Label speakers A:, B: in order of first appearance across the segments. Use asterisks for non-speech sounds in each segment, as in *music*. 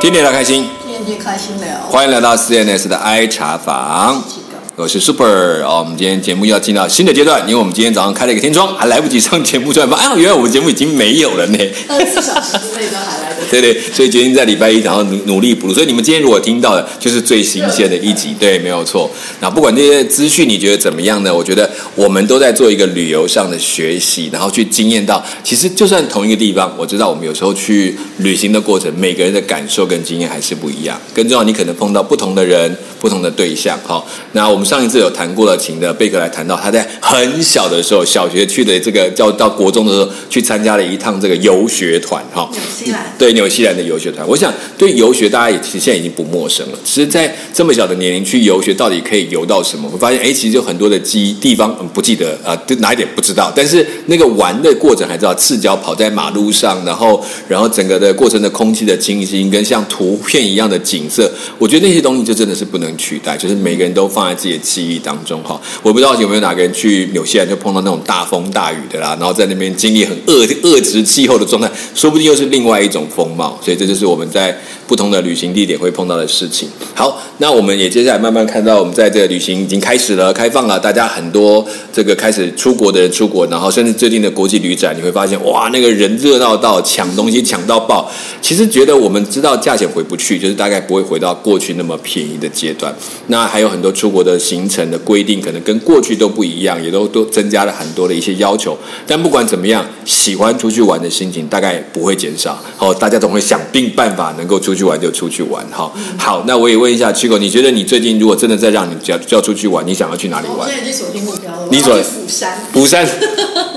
A: 天天来开心，
B: 天天开心聊，
A: 欢迎来到 CNS 的 I 茶房，
B: 几个
A: 我是 Super 啊、我们今天节目要进到新的阶段，因为我们今天早上开了一个天窗，还来不及上节目，突然发现啊，原来我们节目已经没有了呢。
B: 二十四小时之内都还来得
A: *laughs*
B: 及。
A: 对对，所以决定在礼拜一，然后努努力补录。所以你们今天如果听到的，就是最新鲜的一集，对，没有错。那不管这些资讯你觉得怎么样呢？我觉得我们都在做一个旅游上的学习，然后去惊艳到，其实就算同一个地方，我知道我们有时候去旅行的过程，每个人的感受跟经验还是不一样。更重要，你可能碰到不同的人、不同的对象。哈、那我们上一次有谈过了，请的贝克来谈到他在很小的时候，小学去的这个叫到国中的时候，去参加了一趟这个游学团。哈、
B: 纽西兰
A: 对纽西兰的游学团，我想对游学大家也其实现在已经不陌生了。只是在这么小的年龄去游学，到底可以游到什么？会发现，哎，其实有很多的记忆地方、嗯、不记得啊，对哪一点不知道，但是那个玩的过程还知道，赤脚跑在马路上，然后然后整个的过程的空气的清新，跟像图片一样的景色，我觉得那些东西就真的是不能取代，就是每个人都放在自己的记忆当中哈。哦我不知道有没有哪个人去纽西兰就碰到那种大风大雨的啦，然后在那边经历很恶恶质气候的状态，说不定又是另外一种风貌。所以这就是我们在不同的旅行地点会碰到的事情。好，那我们也接下来慢慢看到，我们在这个旅行已经开始了，开放了，大家很多这个开始出国的人出国，然后甚至最近的国际旅展，你会发现哇，那个人热闹到抢东西抢到爆。其实觉得我们知道价钱回不去，就是大概不会回到过去那么便宜的阶段。那还有很多出国的行程的规定，可能跟过去都不一样，也都都增加了很多的一些要求。但不管怎么样，喜欢出去玩的心情大概不会减少。好、大家总会想尽办法能够出去玩就出去玩。哈、好，那我也问一下曲狗，你觉得你最近如果真的再让你要要出去玩，你想要去哪里
B: 我
A: 玩
B: 现？在已经锁定目标了，
A: 你
B: 我
A: 锁
B: 要去釜山
A: 釜山。 *laughs*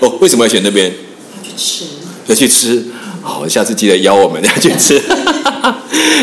A: 哦，为什么要选那边？要
B: 要去吃， *laughs*
A: 去吃。好，下次记得邀我们要去吃。 *laughs*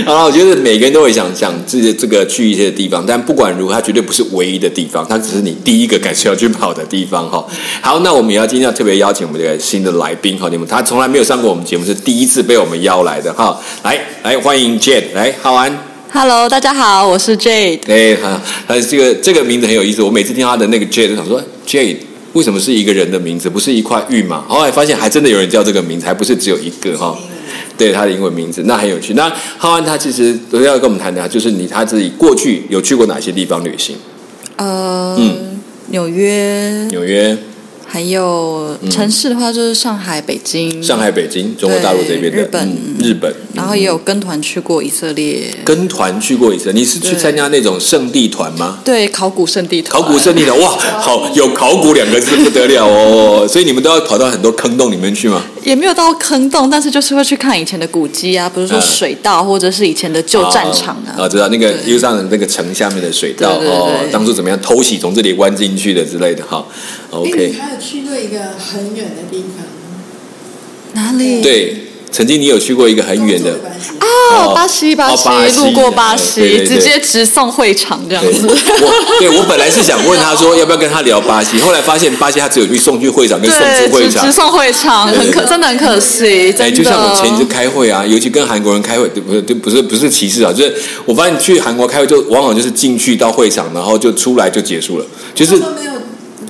A: 好了，我觉得每个人都会想想这些这个去一些地方，但不管如何，它绝对不是唯一的地方，它只是你第一个感觉要去跑的地方哈。好，那我们也要今天要特别邀请我们这个新的来宾哈，你们他从来没有上过我们节目，是第一次被我们邀来的哈。来来，欢迎 Jade，来浩安。
C: Hello，大家好，我是 Jade。
A: 哎，好，他这个这个名字很有意思。我每次听他的那个 Jade，都想说 Jade 为什么是一个人的名字，不是一块玉嘛？后来发现还真的有人叫这个名字，还不是只有一个哈、对他的英文名字，那很有趣。那浩安他其实都要跟我们谈谈，就是你他自己过去有去过哪些地方旅行？
C: 嗯呃，
A: 嗯
C: 纽约，
A: 纽约、
C: 还有城市的话就是上海、北京，
A: 嗯上海、北京、中国大陆这边的
C: 对日本
A: 嗯日本，
C: 然后也有跟团去过以色列，
A: 跟团去过一次。你是去
C: 对
A: 参加那种圣地团吗？
C: 对，考古圣地
A: 考
C: 团，
A: 古圣地团，哇，好有考古两个字不得了哦！所以你们都要跑到很多坑洞里面去吗？
C: 也没有到坑洞，但是就是会去看以前的古迹啊，比如说
A: 嗯
C: 水道或者是以前的旧战场啊。
A: 啊，知道那个
C: 对
A: U 上的那个城下面的水道
C: 对对
A: 哦，
C: 对
A: 当初怎么样偷袭从这里弯进去的之类的哈。
B: 哎
A: OK，
B: 你还有去过一个很远的地方，
C: 哪里？
A: 对，曾经你有去过一个很远
B: 工作
A: 的
B: 的，关系，
C: 哦
A: 哦，
C: 巴西，巴
A: 哦巴西
C: 西，路过巴
A: 对
C: 西，
A: 对对
C: 直接直送会场这样
A: 对，
C: 子。
A: 哎我对我本来是想问他说要不要跟他聊巴西，后来发现巴西他只有去送去会场跟送
C: 对，
A: 出会
C: 直
A: 场
C: 直。送会场，很
A: 对
C: 可，真的很可惜，真
A: 哎，
C: 的。
A: 就像我前一次开会啊，尤其跟韩国人开会，对不对？对不是不是歧视啊，就是我发现去韩国开会就往往就是进去到会场，然后就出来就结束了，就是
B: 他都没有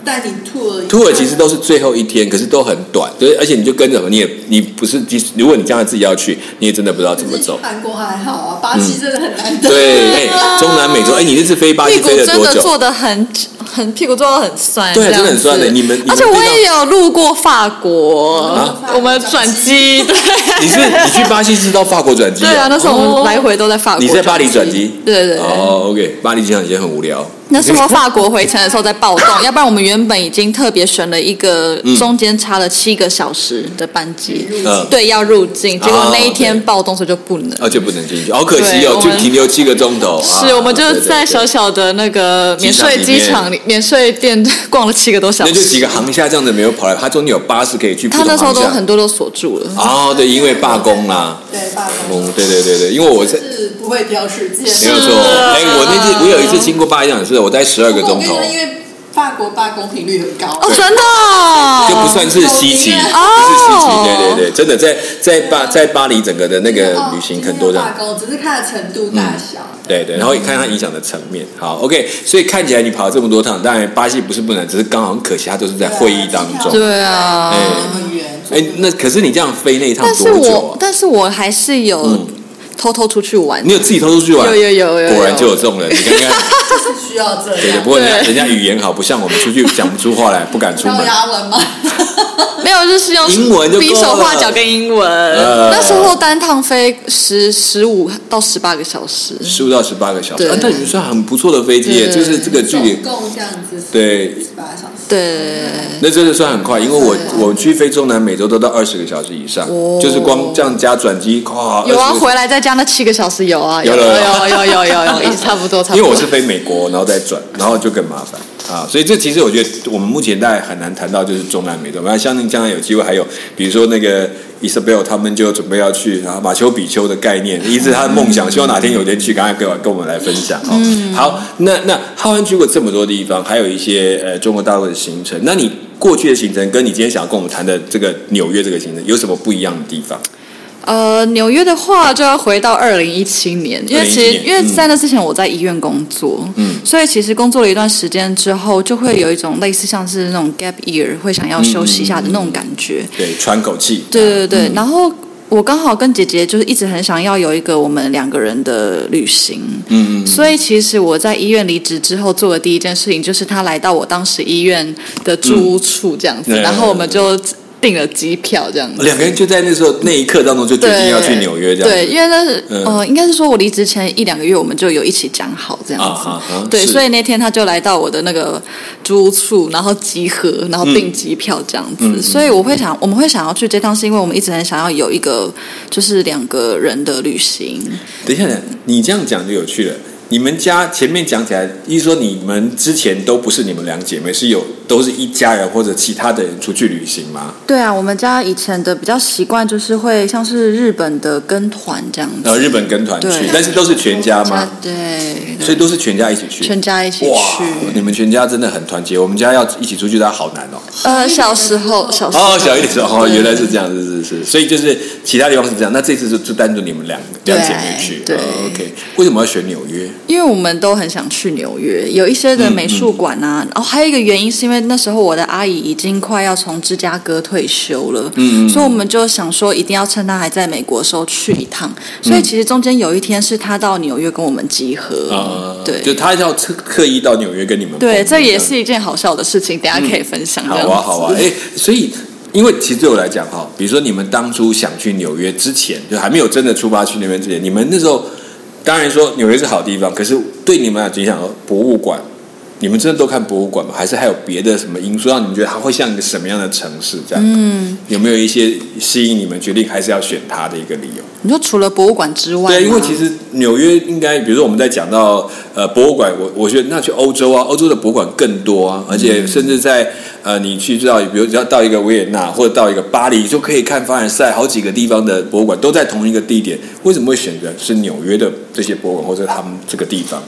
B: 带你吐了。
A: 土耳其是都是最后一天，可是都很短，对，而且你就跟着，你也你不是，即使如果你将来自己要去，你也真的不知道怎么
B: 可是去
A: 走。嗯
B: 韩国还好啊，巴西真的很难得。
A: 对，哎、中南美洲，哎、你这次飞巴
C: 屁
A: 西
C: 股
A: 飞了
C: 真
A: 多
C: 的
A: 久？
C: 做的很很屁股做的很酸，
A: 对啊
C: 这样
A: 真的很酸的
C: 子
A: 你们你们
C: 而且我
A: 飞到
C: 也有路过法国，
B: 啊
C: 我们转 *laughs* 机，对，
A: 你是你去巴西是到法国转机、哦
C: 对啊，那时候我们来回都在法国，
A: 你在巴黎转机？
C: 对对对。
A: 哦，OK，巴黎机场也很无聊。
C: 那时候法国回程的时候在暴动，要不然我们原本已经特别选了一个中间差了七个小时的班机，
A: 嗯
C: 对，要入境，结果那一
A: 哦
C: 天
A: 对
C: 暴动，所以就不能。
A: 而且哦不能进去，好可惜
C: 对
A: 哦
C: 我，
A: 就
C: 们
A: 停留七个钟头。
C: 是
A: 啊
C: 我们就
A: 对对
C: 在
A: 对
C: 小小的那个免税
A: 机
C: 机
A: 场
C: 场里、免税店 *laughs* 逛了七个多小
A: 那
C: 时，
A: 就几个航厦这样子没有跑来，它中间有巴士可以去不
C: 他
A: 同
C: 那
A: 航
C: 时
A: 厦。
C: 候都很多都锁住了。
A: 哦，对，因为罢工啦。
B: 对，罢工，
A: 嗯，对对对对，因为我在
B: 是不会挑时间。
A: 没有错，
C: 啊
A: 哎、我那次我有一次经过巴黎机场，是我待十二个钟
B: 不过
A: 头
B: 我跟，你说因为法国罢工频率很高。
C: 哦，真的哦，
A: 就不算是稀奇，不是稀奇，对对对，真的在在巴在巴黎整个的那个
C: 哦
A: 旅行很多嗯
B: 的
A: 的，
B: 罢工，哦只是看的程度大小。
A: 对对，然后也看它影响的层面。
C: 嗯
A: 好，OK，所以看起来你跑了这么多趟，当然巴西不是不能，只是刚好很可惜，它都是在会议当中。哎
C: 对啊
B: 啊那么远，
A: 哎，那可是你这样飞那一趟
C: 但是
A: 多久
C: 我
A: 啊？
C: 但是我还是有
A: 嗯
C: 偷偷出去玩
A: 你。有自己偷偷出去玩？
C: 有有有有有
A: 果然就有这种人。你看
C: *laughs*
A: 看，
B: 就是需要这
A: 对对，
B: 样
A: 不。过人家
C: 对
A: 人家语言好，不像我们出去讲不出话来，不敢出
C: *laughs*
B: 然后
A: 门。
C: 啊
B: 压文
A: *laughs*
B: 吗？
C: 没有，就是用
A: 英文就够了
C: 比手画脚跟英文。
A: 呃
C: 那时候单趟飞十十五到十八个小时，
A: 十五到十八个小时，
C: 对
A: 啊，那你算很不错的飞机耶，
C: 对
A: 就是这个距离
B: 总，共这样子，
A: 对
B: 十八小时。
C: 对，
A: 那真的算很快，因为我我去非洲、南美洲都到二十个小时以上，
C: 哦
A: 就是光这样加转机，哇，
C: 有啊，
A: 20个
C: 回来再加那七个小时有啊，
A: 有
C: 有
A: 了
C: 有有有有有，也差不多差 *laughs* 不多。
A: 因为我是飞美国，然后再转，然后就更麻烦啊。所以这其实我觉得我们目前大概很难谈到就是中南美洲，那相信将来有机会还有，比如说那个 Isabel 他们就准备要去啊马丘比丘的概念，一直他的梦想，希望哪天有一天去，赶快跟我跟我们来分享哦。好，那那浩瀚去过这么多地方，还有一些呃中国大陆的行程，那你过去的行程跟你今天想要跟我们谈的这个纽约这个行程有什么不一样的地方？
C: 呃，纽约的话就要回到二零一七年，因为其
A: 2017
C: 实
A: 年
C: 因为在那之前我在医院工作，
A: 嗯
C: 所以其实工作了一段时间之后，就会有一种类似像是那种 gap year，会想要休息一下的那种感觉。
A: 对，喘口气。
C: 对对
A: 嗯
C: 对，然后我刚好跟姐姐就是一直很想要有一个我们两个人的旅行，
A: 嗯嗯
C: 所以其实我在医院离职之后做的第一件事情就是她来到我当时医院的住屋处这样子，
A: 嗯
C: 然后我们就订了机票这样子。
A: 两个人就在那时候那一刻当中就决定要去纽约，这样子
C: 对，因为那是、
A: 嗯
C: 呃，应该是说我离职前一两个月，我们就有一起讲好这样
A: 啊
C: 子。
A: 哈哈，
C: 对，
A: 是
C: 所以那天他就来到我的那个租屋处，然后集合，然后订机票这样子。
A: 嗯嗯
C: 所以我会想，我们会想要去这趟，是因为我们一直很想要有一个就是两个人的旅行。
A: 等一下，你这样讲就有趣了。你们家前面讲起来，一说你们之前都不是你们两姐妹，是有都是一家人或者其他的人出去旅行吗？
C: 对啊，我们家以前的比较习惯就是会像是日本的跟团这样
A: 然后日本跟团去
C: 对，
A: 但是都是全呃家吗？
C: 对，
A: 所以都是全家一起去。
C: 全家一起
A: 哇
C: 去，
A: 你们全家真的很团结。我们家要一起出去，大家好难哦。
C: 呃，小时候，小时候，
A: 哦，小一点说哦，原来是这样，是是是。所以就是其他地方是这样，那这次就就单独你们两个
C: 对
A: 两姐妹去。
C: 对
A: 哦 OK，为什么要选纽约？
C: 因为我们都很想去纽约，有一些的美术馆啊，
A: 嗯
C: 然后还有一个原因是因为那时候我的阿姨已经快要从芝加哥退休了，
A: 嗯嗯嗯
C: 所以我们就想说一定要趁她还在美国的时候去一趟，
A: 嗯
C: 所以其实中间有一天是她到纽约跟我们集合，
A: 啊，
C: 对
A: 就他要特刻意到纽约跟你们碰
C: 对，
A: 面
C: 这也
A: 样
C: 是一件好笑的事情，等一下可以分享。
A: *laughs* 好
C: 这样
A: 啊，
C: 子 *laughs*
A: 好啊，哎、所以因为其实对我来讲哈，比如说你们当初想去纽约之前，就还没有真的出发去那边之前，你们那时候当然说纽约是好地方，可是对你们来讲，你想说博物馆，你们真的都看博物馆吗？还是还有别的什么因素让你们觉得它会像一个什么样的城市这样？嗯，有没有一些吸引你们决定还是要选它的一个理由？
C: 你说除了博物馆之外吗，
A: 对，因为其实纽约应该，比如说我们在讲到呃博物馆，我我觉得那去欧洲啊，欧洲的博物馆更多
C: 嗯
A: 啊，而且甚至在呃你去知道，比如只要到一个维也纳或者到一个巴黎，就可以看凡尔赛好几个地方的博物馆都在同一个地点，为什么会选择是纽约的这些博物馆或者他们这个地方？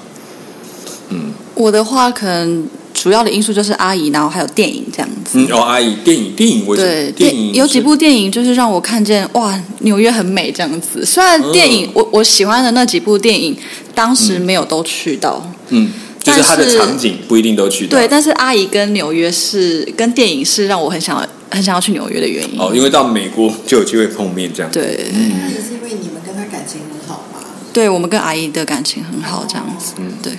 C: 我的话可能主要的因素就是阿姨，然后还有电影这样子。
A: 嗯，哦，阿姨，电影电影为什么
C: 对？
A: 电影
C: 有几部电影就是让我看见哇，纽约很美这样子。虽
A: 嗯
C: 然电影、我我喜欢的那几部电影，当时没有都去到，
A: 嗯，就是它
C: 但
A: 的
C: 是
A: 场景不一定都去到
C: 对，但是阿姨跟纽约是跟电影是让我很想要很想要去纽约的原因。
A: 哦，因为到美国就有机会碰面这样。
C: 对，
B: 那也是因为你们跟他感情很好嘛。
C: 对我们跟阿姨的感情很好，这样子。
A: 嗯
C: 对，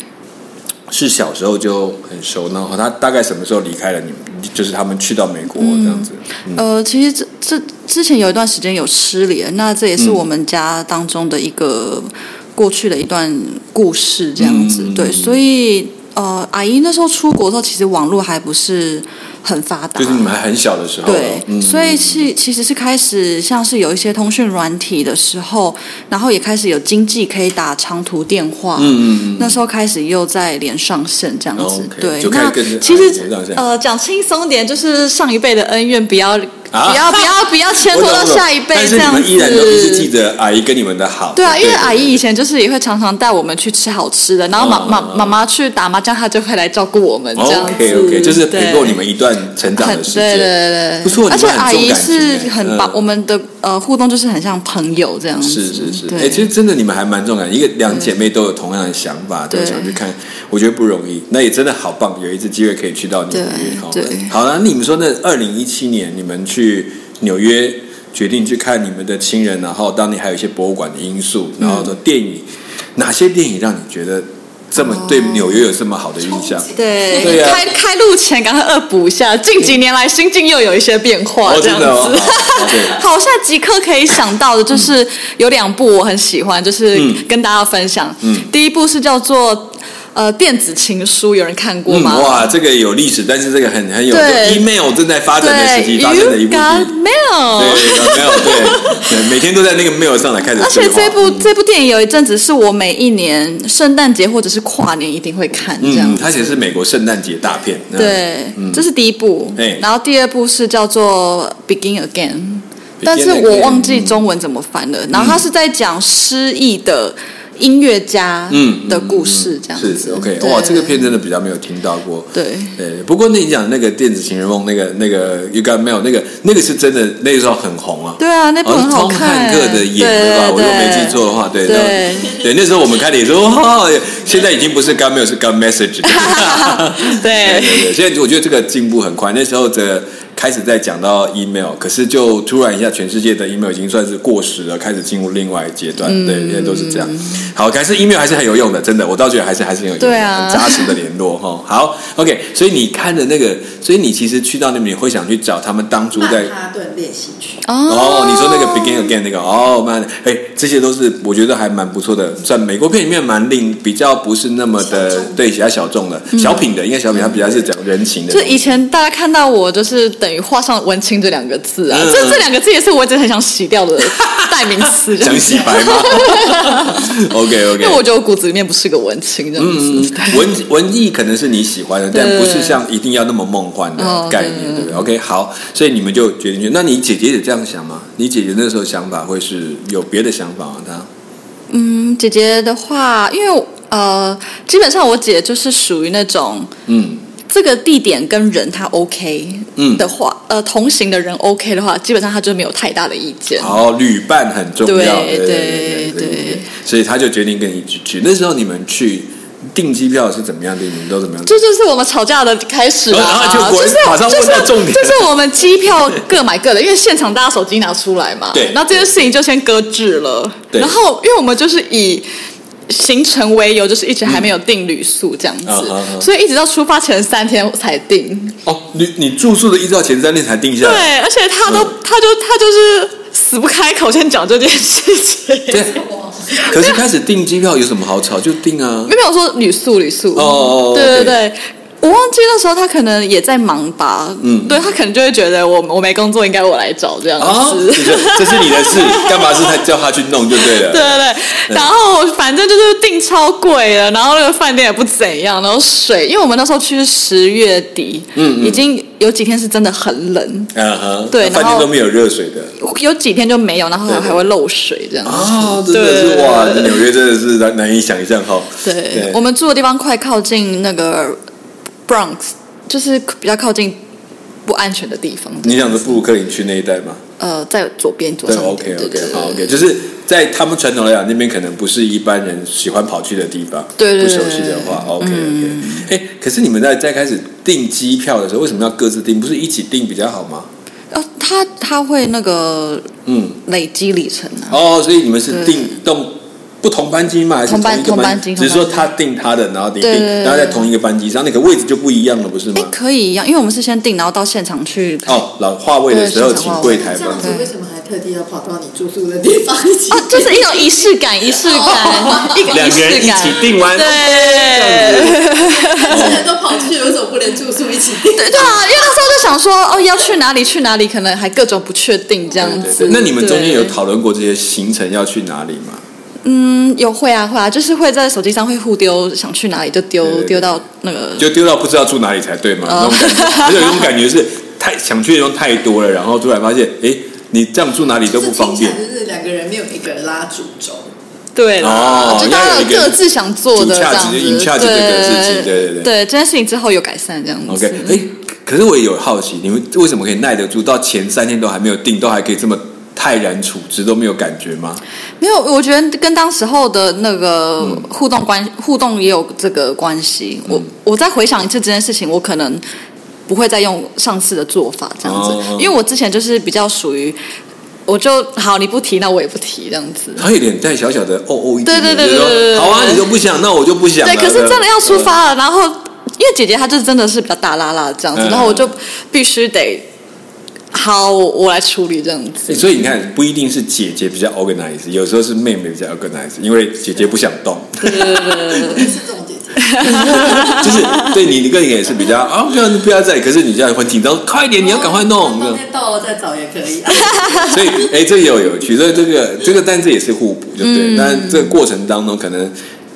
A: 是小时候就很熟，然后他大概什么时候离开了你们？就是他们去到美国这样子。嗯
C: 呃，其实这这之前有一段时间有失联，那这也是
A: 嗯
C: 我们家当中的一个过去的一段故事，这样子。
A: 嗯
C: 对，所以呃，阿姨那时候出国的时候，其实网络还不是很发达。
A: 就是你们还很小的时候，
C: 对，
A: 嗯
C: 所以是其实是开始像是有一些通讯软体的时候，然后也开始有经济可以打长途电话，
A: 嗯嗯嗯，
C: 那时候开始又在连上线这样子，
A: OK，
C: 对，
A: 就开始
C: 那
A: 跟着
C: 其
A: 哎
C: 实
A: 连上线
C: 呃讲轻松点，就是上一辈的恩怨不要、
A: 啊
C: 不要不要不要牵
A: 我
C: 拖
A: 懂
C: 到
A: 我懂
C: 下一辈
A: 但
C: 这
A: 是你
C: 样
A: 们
C: 子。
A: 依然都一直记得阿姨跟你们的好。
C: 对啊，因为阿姨以前就是也会常常带我们去吃好吃的，然后妈
A: 嗯
C: 妈
A: 嗯嗯
C: 妈妈去打麻将，她就会来照顾我们这样子。
A: OK OK，就是陪过
C: 对
A: 你们一段成长
C: 很
A: 的时
C: 对对
A: 间，
C: 对对，
A: 不错
C: 而且
A: 你们
C: 阿
A: 很重
C: 姨
A: 感
C: 是
A: 情欸
C: 很
A: 嗯
C: 把、我们的呃互动就是很像朋友这样子，
A: 是是是，
C: 对，
A: 哎、其实真的你们还蛮重感，一个两姐妹都有同样的想法，都
C: 对
A: 想去看，我觉得不容易。那也真的好棒，有一次机会可以去到纽约
C: 对
A: 哦
C: 对
A: 好了，那你们说那二零一七年你们去纽约，决定去看你们的亲人，然后当你还有一些博物馆的因素，
C: 嗯
A: 然后的电影，哪些电影让你觉得这么对纽约有这么好的印象？
C: 对，
A: *laughs* 对啊嗯
C: 开开路前赶快恶补一下，近几年来心境又有一些变化，
A: 哦
C: 这样
A: 真
C: 子。
A: 的哦
C: *laughs*
A: 好好对
C: 好，我现在即刻可以想到的就是有两部我很喜欢，就是
A: 嗯
C: 跟大家分享。
A: 嗯
C: 第一部是叫做呃电子情书，有人看过
A: 嗯，
C: 吗？
A: 哇，这个有历史，但是这个很很有
C: 对
A: email 正在发展的时
C: 对
A: 期发生的一
C: ，You
A: 部剧，
C: Got
A: 对
C: Mail。
A: ，email 对，对每天都在那个 mail 上来开 *laughs* 始
C: 而
A: 对
C: 且
A: 话。
C: 这部这部电影有一阵子是我每一年圣诞节或者是跨年一定会看，这样
A: 嗯，
C: 子。
A: 它其实是美国圣诞节大片，嗯，
C: 对，
A: 嗯
C: 这是第一部
A: 哎，
C: 然后第二部是叫做《Begin Again》，但是
A: Again
C: 我忘记中文怎么翻了。然后他是在讲失意的音乐家
A: 嗯嗯
C: 的故事，这样子。
A: 是是 OK，
C: 对
A: 哇，这个片真的比较没有听到过。
C: 对
A: 对，不过那你讲那个电子情人梦，那个那个 You Got Mail，那个那个是真的，那个时候很红啊。
C: 对啊，那部
A: 好
C: 很
A: 哦像是
C: 好
A: 汤姆汉
C: 看。
A: 克的演的吧？我如
C: 对对
A: 果
C: 对
A: 没记错的话，对
C: 对
A: 那对，那时候我们看的也说哇，现在已经不是 Got Mail 是 Got
C: *laughs*
A: Message。对对
C: 对
A: 对，现在我觉得这个进步很快。那时候的开始在讲到 email，可是就突然一下，全世界的 email 已经算是过时了，开始进入另外一阶
C: 嗯
A: 段。对，现在都是这样。好，可是 email 还是很有用的，真的，我倒觉得还是还是很有用的，
C: 对啊
A: 很扎实的联络哈。好，OK，所以你看的那个，所以你其实去到那边你会想去找他们当初在
B: 曼。哈顿练习曲，
A: 哦，你说那个 begin again 那个哦，慢，哎，这些都是我觉得还蛮不错的，算美国片里面蛮令比较不是那么的
B: 小众
A: 对比较小众的、小品的，应该小品它比较是讲人情的
C: 就
A: 东西，
C: 嗯以前大家看到我，就是等于画上“文青”这两个字啊，
A: 嗯
C: 这这两个字也是我一直很想洗掉的代名
A: *laughs*
C: 词。这样
A: 想
C: 子
A: 洗白吗？OK
C: 因为我
A: OK，
C: 觉得我骨子里面不是个文青这样子。
A: 嗯，文文艺可能是你喜欢的，但
C: 对
A: 不是像一定要那么梦幻的
C: 哦
A: 概念，
C: 对
A: 对不对？OK，好，所以你们就决定去。那你姐姐也这样想吗？你姐姐那时候想法会是有别的想法吗？她
C: 嗯，姐姐的话，因为我呃，基本上我姐就是属于那种
A: 嗯
C: 这个地点跟人她 OK
A: 嗯
C: 的话，呃，同行的人 OK 的话，基本上她就没有太大的意见。
A: 好，旅伴很重要，
C: 对
A: 对
C: 对
A: 对
C: 对，
A: 所以他就决定跟你一起去。那时候你们去订机票是怎么样订？你们都怎么样订？
C: 这就是我们吵架的开始啦
A: 哦然后就果
C: 就是
A: 马上
C: 就
A: 问
C: 是
A: 到重点
C: 就是我们机票各买各的，因为现场大家手机拿出来嘛，
A: 对
C: 然后这件事情就先搁置了。
A: 对
C: 然后因为我们就是以行程为由，就是一直还没有订旅宿这样子，
A: 嗯啊啊啊
C: 所以一直到出发前三天才订。
A: 哦，你你住宿的依照前三天才定下来，
C: 对，而且他都，
A: 嗯
C: 他就他就是死不开口先讲这件事情。
A: 对。可是开始订机票有什么好吵？就订啊。
C: 没有我说旅宿旅宿，
A: 哦哦哦
C: 对对
A: OK
C: 对。我忘记那时候他可能也在忙吧，
A: 嗯
C: 对他可能就会觉得我我没工作，应该我来找这样子，
A: 啊，你说这是你的事，干嘛是他叫他去弄就对了。
C: 对对
A: 嗯
C: 对。然后反正就是订超贵了，然后那个饭店也不怎样，然后水，因为我们那时候去是十月底，
A: 嗯嗯
C: 已经有几天是真的很冷，
A: 嗯哼，
C: 对然后
A: 饭店都没有热水的。
C: 有几天就没有，然后
A: 对对
C: 还会漏水这样子。
A: 啊，真
C: 对
A: 的
C: 对
A: 是
C: 对
A: 哇，
C: 对
A: 纽约真的是难难以想象哈。
C: 对，我们住的地方快靠近那个 Bronx，就是比较靠近不安全的地方。
A: 你想是布鲁克林区那一带吗？
C: 呃，在左边左
A: 对
C: 上
A: ，OK
C: 边。对
A: OK，好
C: 对
A: OK，就是在他们传统来讲，那边可能不是一般人喜欢跑去的地方，
C: 对对
A: 不
C: 对嗯
A: 熟悉的话，OK OK。哎，可是你们在在开始订机票的时候，为什么要各自订？不是一起订比较好吗？
C: 呃，他他会那个
A: 嗯，
C: 累积里程啊。
A: 哦，所以你们是
C: 对
A: 订动不同班机吗？还是
C: 同班
A: 一个
C: 同班机
A: 只是说
C: 同
A: 他订他的，然后你订
C: 对对，对
A: 然后在同一个班机上，那个位置就不一样了，不是
C: 哎
A: 吗，？
C: 可以一样，因为我们是先订，然后到现场去。
A: 哦，老话位的时候，
C: 对
A: 请
C: 现场
A: 柜
B: 这
A: 台帮
B: 样
A: 忙
B: 子为什么还特地要跑到你住宿的地方一
C: *laughs*
B: 起
C: 啊，？就是一种仪式感，仪式感， *laughs* 一个
A: 哦两
C: 仪
A: 个人
C: 式
A: 一
C: 感
A: 起。订完，
C: 对
B: 之前都跑去，为什么不连住宿一起订？
C: 对对啊，因为那时候就想说，哦，要去哪里去哪里，可能还各种不确定这样
A: 对
C: 子
A: 对。那你们中间有
C: 对
A: 讨论过这些行程要去哪里吗？
C: 嗯，有会啊会啊，就是会在手机上会互丢，想去哪里就丢
A: 对对对
C: 丢到那个。
A: 就丢到不知道住哪里才对嘛，
C: 哦
A: 那种感觉，而且有一种
C: *laughs*
A: 感觉是太想去的地方太多了，然后突然发现，哎，你这样住哪 *laughs* 里都不方便
B: 这听起来，就是两个人没有一个人拉主轴，
C: 对
A: 啦哦
C: 就大家
A: 要有
C: 有
A: 一个
C: 各自想做的
A: 主
C: 这
A: 洽
C: 样
A: 直
C: 子，
A: 接引洽这个事情对对对
C: 对，这件事情之后有改善这样子。
A: OK，哎、可是我也有好奇，你们为什么可以耐得住？到前三天都还没有定，都还可以这么泰然处之，都没有感觉吗？
C: 没有，我觉得跟当时候的那个
A: 嗯
C: 互动关、互动也有这个关系。我我再回想一次这件事情，我可能不会再用上次的做法这样子，
A: 哦
C: 因为我之前就是比较属于。我就好，你不提那我也不提这样子。
A: 他有点带小小的哦哦一点
C: 对对
A: 点
C: 对
A: 就说
C: 对对对
A: 好啊，你都不想，那我就不想了。
C: 对，可是真的要出
A: 嗯
C: 发了，然后因为姐姐她就真的是比较大拉拉这样子，
A: 嗯
C: 然后我就必须得好，我我来处理这样子。
A: 欸所以你看，不一定是姐姐比较 organize，有时候是妹妹比较 organize，因为姐姐不想动，
B: 是这种姐姐，
A: *laughs* 就是对你你个人也是比较啊，不要不要再，可是你这样会听到快一点，你要赶快
C: *laughs*
A: 弄。
B: 当天哦到了再找也可以。啊
A: 所以哎、欸这也有有趣，所以这个这个，但这也是互补，对不
C: 嗯
A: 对？但这个过程当中，可能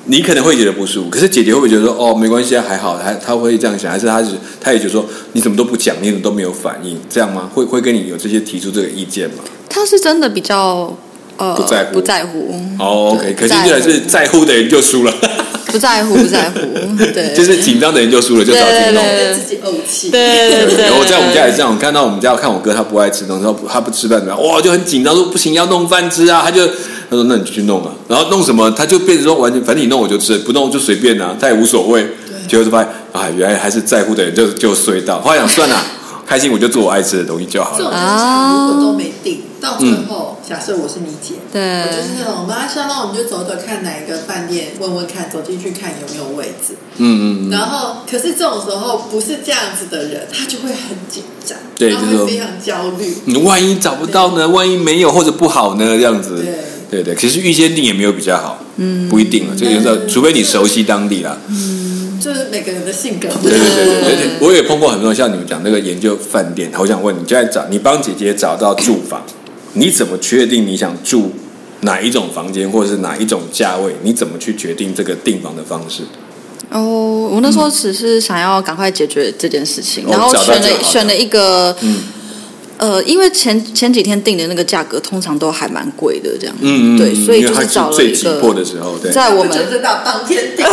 A: 你可能会觉得不舒服，可是姐姐会不会觉得说哦没关系啊，还好，还她会这样想，还是她是她也觉得说你怎么都不讲，你怎么都没有反应，这样吗？会会跟你有这些提出这个意见吗？
C: 她是真的比较呃
A: 不在乎
C: 不在乎
A: 哦、o k 可
C: 对
A: 是依然是在乎的人就输了。
C: 不在乎不在
A: *laughs*
C: 乎，嗯对，
A: 就是紧张的人就输了，就找自己
C: 对
A: 弄。
B: 对自己怄气。
C: 对对对对。
A: 然后在我们家也是这样，我看到我们家我看我哥他不爱吃东西，他不他不吃饭怎么样？哇，就很紧张，说不行要弄饭吃啊。他就他说那你去弄啊，然后弄什么他就变成说完全反正你弄我就吃，不弄就随便啊，他也无所谓。结果就发现啊，原来还是在乎的人就就衰到。后来想算了、
C: *laughs*
A: 开心我就做我爱吃的东西就好
B: 这种
A: 了。
B: 东西如果都没定，到最后，假设我是你姐，
C: 对
B: 我就是那种，妈上那我们就走走看哪一个饭店，问问看，走进去看有没有位置。
A: 嗯嗯嗯，
B: 然后，可是这种时候不是这样子的人，他就会很紧张，
A: 对
B: 他
A: 就是
B: 会
A: 说
B: 非常焦虑。
A: 你嗯万一找不到呢？万一没有或者不好呢？这样子。对对，其实预先定也没有比较好，嗯，不一定了。这个有时候除非你熟悉当地啦。
B: 就是每个人的性格。
A: 对对对对，而且我也碰过很多像你们讲那个研究饭店，我想问你，现在找你帮姐姐找到住房，你怎么确定你想住哪一种房间，或者是哪一种价位？你怎么去决定这个订房的方式？
C: 哦，我那时候只是想要赶快解决这件事情，
A: 哦
C: 然后
A: 找到
C: 选
A: 就好
C: 了
A: 了
C: 选了一个，
A: 嗯
C: 呃，因为前前几天定的那个价格通常都还蛮贵的，这样，
A: 嗯嗯，
C: 对，所以
A: 因为
C: 就
A: 它
C: 找了
A: 最
C: 一
A: 急迫
C: 个
A: 的时候，对
C: 在我
B: 不就
C: 们
B: 知道当天定。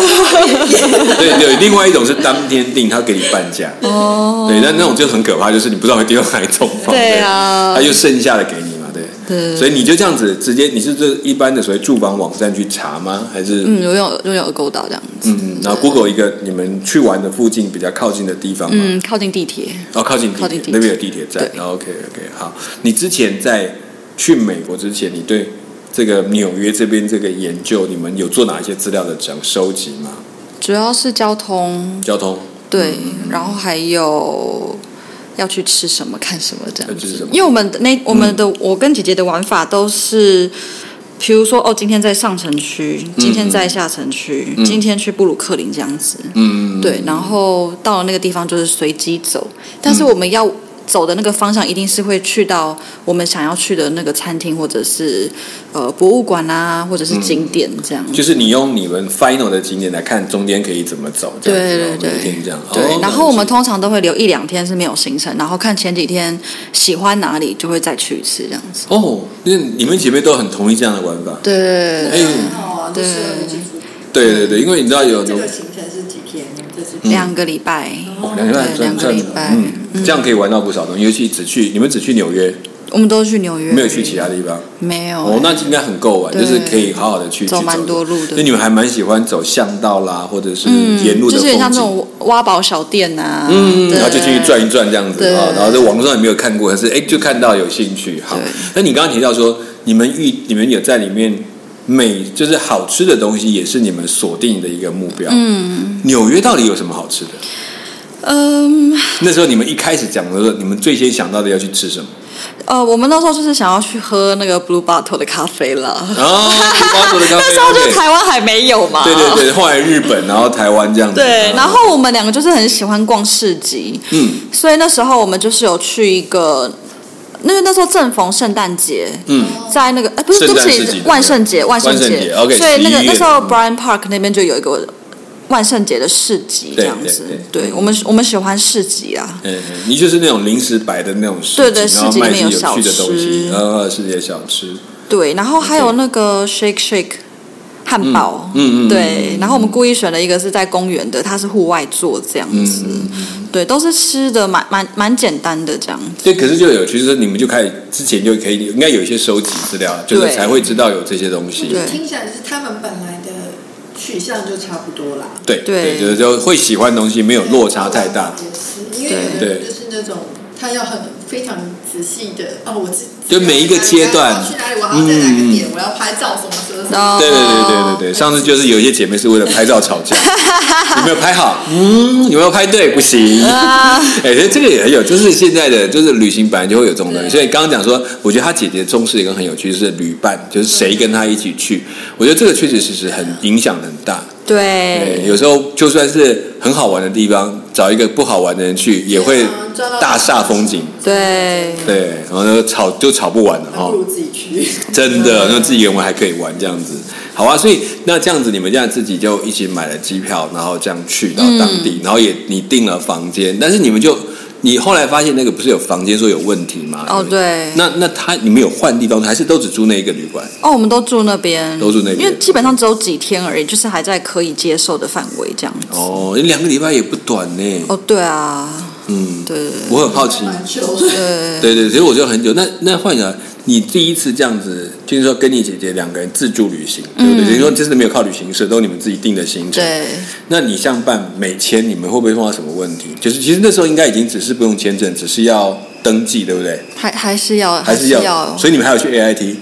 A: 对对，另外一种是当天订，他给你半价，
C: 哦，
A: 对，但那种就很可怕，就是你不知道会丢到哪一种房，
C: 对啊
A: 他就剩下的给你嘛，对，
C: 对
A: 所以你就这样子直接，你是这一般的所谓住房网站去查吗？还是
C: 嗯，有有有有勾到这样子，
A: 嗯，然后 Google 一个你们去玩的附近比较靠近的地方嘛，
C: 嗯，靠近地铁，
A: 哦，靠近地
C: 靠近
A: 铁
C: 地铁
A: 那边有地铁站
C: 对。
A: 然后 OK OK，好，你之前在去美国之前，你对这个纽约这边这个研究，你们有做哪一些资料的整收集吗？
C: 主要是交通，
A: 交通，
C: 对，然后还有。要去吃什么、看什么这样
A: 要吃
C: 子
A: 呃什，么
C: 因为我们的那我们的、我跟姐姐的玩法都是，比如说哦，今天在上城区，今天在下城区，今天去布鲁克林这样子，
A: 嗯，
C: 对，然后到了那个地方就是随机走，但是我们要走的那个方向一定是会去到我们想要去的那个餐厅，或者是呃博物馆啊，或者是景点这样。
A: 就是你用你们 final 的景点来看中间可以怎么走，这样子
C: 对对
A: 哦
C: 对
A: 每天这样。
C: 对，
A: 哦
C: 然后我们
A: 了解
C: 通常都会留一两天是没有行程，然后看前几天喜欢哪里就会再去一次这样子。
A: 哦，那你们姐妹都很同意这样的玩法，
C: 对，
A: 哎
B: 很好啊，就是我们去出
A: 对嗯对
C: 嗯
A: 对，因为你知道有
B: 这个行程是几天？你们这是
C: 两个礼拜，
A: 哦两个礼拜
C: 对
A: 算
C: 两个
A: 算
C: 礼拜
A: 嗯，这样可以玩到不少东西，尤其只去你们只去纽约，
C: 我们都去纽约，
A: 没有去其他地方。
C: 没有
A: 哦，那应该很够玩，
C: 对
A: 就是可以好好的去
C: 走
A: 去
C: 蛮多路的
A: 所以你们还蛮喜欢走巷道啦，或者是沿路
C: 嗯，
A: 的
C: 就是有
A: 风
C: 点像这
A: 景。
C: 种挖宝小店啊，
A: 嗯，
C: 对
A: 然后就进去转一转这样子
C: 对
A: 啊，然后在网络上也没有看过，可是哎，就看到有兴趣。好
C: 对，
A: 那你刚刚提到说，你们遇你们有在里面美，就是好吃的东西，也是你们锁定的一个目标。嗯，纽约到底有什么好吃的？
C: 嗯，
A: 那时候你们一开始讲的时候，你们最先想到的要去吃什么？
C: 呃，我们那时候就是想要去喝那个 Blue Bottle 的咖啡啦。
A: 哦，巴佐的咖啡，
C: *laughs* 那时候就
A: OK
C: 台湾还没有嘛。
A: 对对对，后来日本，然后台湾这样子。
C: 哦对然后我们两个就是很喜欢逛市集，
A: 嗯
C: 所以那时候我们就是有去一个，那个那时候正逢圣诞节，
A: 嗯，
C: 在那个哎不是
A: 圣
C: 对不
A: 诞市集
C: 起万圣节万圣
A: 万圣节
C: 节
A: ，OK，
C: 所以那个
A: 11月
C: 那时候 Brian Park 那边就有一个万圣节的市集
A: 对
C: 这样子
A: 对，
C: 对我们我们喜欢市集啊，
A: 嗯，嗯你就是那种临时摆的那种市集，
C: 对对
A: 然后
C: 市集
A: 卖
C: 里
A: 一些
C: 面
A: 有
C: 有小
A: 趣的东西，
C: 吃
A: 然后世界小吃，
C: 对，然后还有那个 Shake Shake 汉堡，
A: 嗯嗯嗯
C: 对，然后我们故意选了一个是在公园的，它是户外做这样子，
A: 嗯
C: 对，都是吃的蛮蛮蛮简单的这样，
A: 对，可是就有趣，就是你们就开始之前就可以，应该有一些收集资料，就是
C: 对
A: 才会知道有这些东西。
C: 对
B: 听起来就是他们本来的取向就差不多啦。
A: 对
C: 对
A: 就是就会喜欢的东西，没有落差太大。
B: 也是，因为有的人就是那种他要很非常仔细的哦，我知
A: 就每一个阶段嗯
B: 我要去哪里，我要在哪个点，我要拍照什么什么什么。
C: 哦
A: 对对对对对对，上次就是有一些姐妹是为了拍照吵架，有没有拍好？嗯，有没有拍对？不行。
C: 啊，
A: 哎、欸，这个也很有，就是现在的就是旅行本来就会有这种东西，
B: 对
A: 所以刚刚讲说，我觉得他姐姐重视一个很有趣，就是旅伴，就是谁跟他一起去，我觉得这个确实是是很影响很大。对，
C: 对，
A: 有时候就算是很好玩的地方，找一个不好玩的人去，也会大煞风景。
C: 对
A: 对，然后呢吵就吵不完了
B: 还
A: 哦
B: 不。如自己去。
A: 真的，那自己原文还可以玩这样子，好啊。所以那这样子，你们这样自己就一起买了机票，然后这样去到当地，
C: 嗯
A: 然后也你订了房间，但是你们就你后来发现那个不是有房间说有问题吗？
C: 哦
A: 不
C: 对
A: 那那他你们有换地方，还是都只住那一个旅馆？
C: 哦，我们都住那边，
A: 都住那边
C: 因为基本上只有几天而已，就是还在可以接受的范围这样子。
A: 哦，你两个礼拜也不短呢。
C: 哦，对啊，
A: 嗯，
C: 对
A: 我很好奇。
B: 蛮久的，
C: 对，
A: 对对，所以我就很久。那那换讲，你第一次这样子，就是说跟你姐姐两个人自助旅行，对
C: 嗯
A: 不对？等于、说真的没有靠旅行社，都是你们自己定的行程。
C: 对，
A: 那你像办美签，你们会不会碰到什么问题？就是其实那时候应该已经只是不用签证，只是要登记，对不对？
C: 还还是要
A: 还
C: 是
A: 要？所以你们还有去 AIT，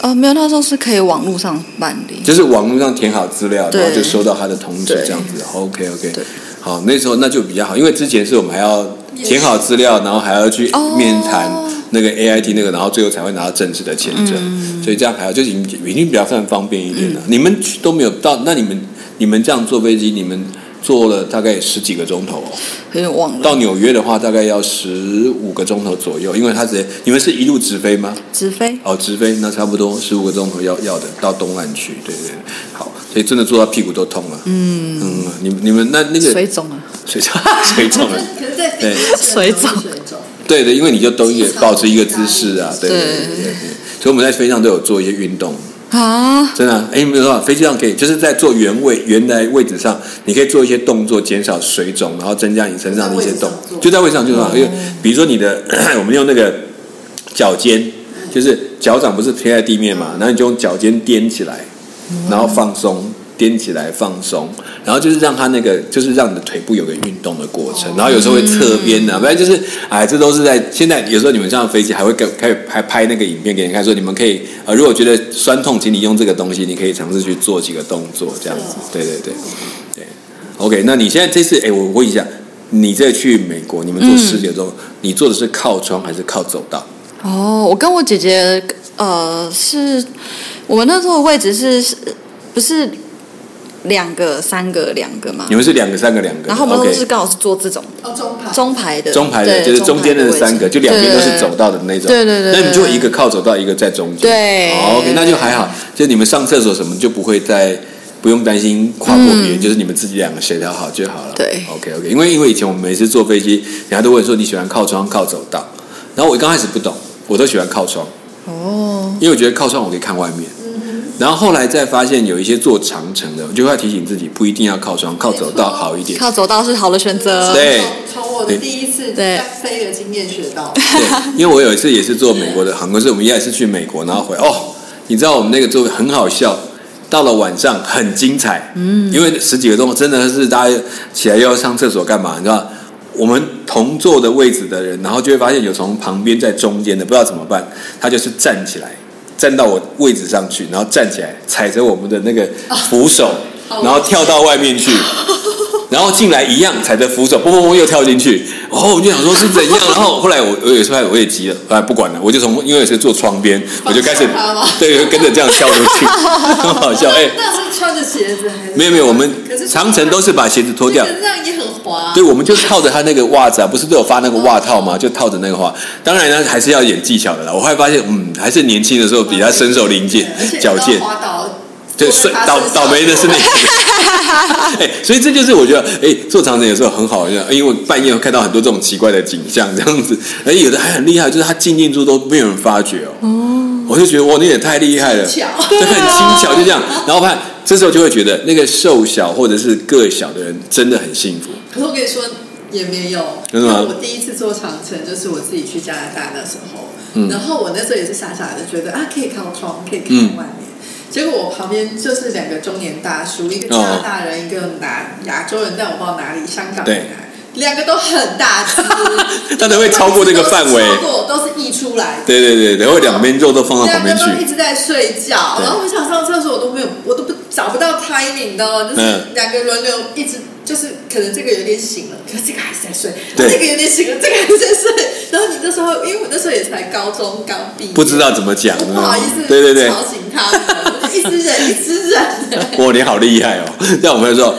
C: 呃，没有，那时候是可以网络上办理。
A: 就是网络上填好资料，
C: 对
A: 然后就收到他的通知
C: 对
A: 这样子。OK OK，
C: 对
A: 好，那时候那就比较好，因为之前是我们还要填好资料，然后还要去
C: 哦
A: 面谈那个 AIT 那个，然后最后才会拿到正式的签证。
C: 嗯
A: 所以这样还好，就已经已经比较算方便一点了。你们去都没有到，那你们你们这样坐飞机，你们坐了大概十几个钟头哦。
C: 有点忘了。
A: 到纽约的话，大概要十五个钟头左右，因为它直接你们是一路直飞吗？
C: 直飞，
A: 哦，直飞那差不多十五个钟头要要的，到东岸去，对对对，好，所以真的坐到屁股都痛了。嗯嗯，你你们那那个
C: 水肿啊，
A: 水肿 *laughs* 水肿了，
B: 可是在
A: 对
C: 水肿
B: 水肿，
A: 对的，因为你就都也保持一个姿势啊，对对对
C: 对
A: 对对，所以我们在飞机上都有做一些运动，
C: 啊，
A: 真的、啊，哎，没有办法，飞机上可以就是在坐原位原来位置上，你可以做一些动作，减少水肿，然后增加你身上的一些动，就
B: 就
A: 在位置上就上，因为比如说你的， *coughs* 我们用那个脚尖，就是脚掌不是贴在地面嘛，然后你就用脚尖踮起来，然后放松。踮起来放松，然后就是让它那个，就是让你的腿部有个运动的过程，然后有时候会侧边啊，反正就是，哎，这都是在现在有时候你们上飞机还会给开始拍拍那个影片给你看，说你们可以，呃，如果觉得酸痛，请你用这个东西，你可以尝试去做几个动作，这样子，对对对。OK，那你现在这次，哎，我问一下，你这去美国，你们做师姐中，你坐的是靠窗还是靠走道？
C: 哦，我跟我姐姐，呃，是我们那时候的位置是，是不是两个、三个、两个嘛
A: 你？们是两个、三个、两个，
C: 然后我们都
A: OK
C: 是刚好是坐这种
B: 哦中盘
C: 中排的，
A: 中排的，
C: 对
A: 就是中间的三个，就两边都是走。道的那种。
C: 对对对对
A: 那你就一个靠走道，一个在中间。
C: 对
A: 哦 OK，那就还好，就你们上厕所什么就不会再。不用担心跨过别人，就是你们自己两个协调好就好了。
C: 嗯对
A: ，OK OK。因为因为以前我们每次坐飞机，人家都问说你喜欢靠窗靠走道，然后我刚开始不懂，我都喜欢靠窗。
C: 对对哦，
A: 因为我觉得靠窗我可以看外面。
C: 嗯
A: 然后后来再发现有一些坐长城的，我就要提醒自己不一定要靠窗，靠走道好一点。
C: 靠走道是好的选择。
A: 对
B: 从我的第一次
C: 对
B: 飞的经验学到，
A: 对，因为我有一次也是坐美国的航空，是我们也是去美国，然后回哦，你知道我们那个座位很好笑，到了晚上很精彩，嗯，因为十几个钟头真的是大家起来又要上厕所干嘛，你知道。我们同坐的位置的人，然后就会发现有从旁边在中间的，不知道怎么办，他就是站起来，站到我位置上去，然后站起来踩着我们的那个扶手，
B: 好
A: 然后跳到外面去，然后进来一样踩着扶手，嘣嘣嘣又跳进去，然后我就想说是怎
B: *laughs*
A: 样，然后后来我我有时候我也急了，后来不管了，我就从因为有时候坐窗边，我就开始
B: 放手他吗
A: 对就跟着这
B: *laughs*
A: 样跳出去，很好笑哎、
B: 那是穿着鞋子还是？
A: 没有没有，我们
B: 可是
A: 长城都是把鞋子脱掉
B: 这，个这样也很滑。
A: 对，我们就套着他那个袜子啊，不是都有发那个袜套吗？就套着那个袜。当然呢，还是要演技巧的啦。我后来发现，嗯，还是年轻的时候比他身手灵健
B: 而且、你
A: 矫健
B: 知道。滑倒，
A: 对，
B: 摔
A: 算倒倒霉的是那
B: *laughs*
A: 个。哎、所以这就是我觉得，哎、做长城有时候很好笑，因为我半夜会看到很多这种奇怪的景象，这样子，而且有的还很厉害，就是他进进出都没有人发觉哦。我就觉得哇，你也太厉害了，
B: 轻巧
A: 对，很轻巧，就这样。然后看，这时候就会觉得那个瘦小或者是个小的人真的很幸福。
B: *laughs* 可是我跟你说也没有，
A: 真的吗
B: 因为我第一次坐长城就是我自己去加拿大那时候，
A: 嗯
B: 然后我那时候也是傻傻的觉得啊，可以靠窗，可以看
A: 嗯
B: 外面。结果我旁边就是两个中年大叔，一个加拿大人，一个拿亚洲人，但我不知道哪里，香港人
A: 对，
B: 来。两个都很大只
A: *laughs* 但都会超过这个范围
B: 超过都是溢出来的。
A: 对对对对，然后两边肉都放 *laughs* 到旁
B: 两
A: 边
B: 个
A: 去
B: 都啊一，直在睡觉，
A: 对
B: 然后我想上厕所，我都没有，我都不找不到 timing，你知道吗？就是
A: 嗯
B: 两个轮流一直，就是可能这个有点醒了，可是这个还是在睡，
A: 对
B: 这个有点醒了，这个还是在睡。然后你那时候，因为我那时候也才高中刚毕业，
A: 不知道怎么讲啊
B: 我。不好意思，
A: 对对对，
B: 吵醒他们，我就一直忍，一
A: *laughs*
B: 直忍。
A: 哇，你好厉害哦！让我朋友说。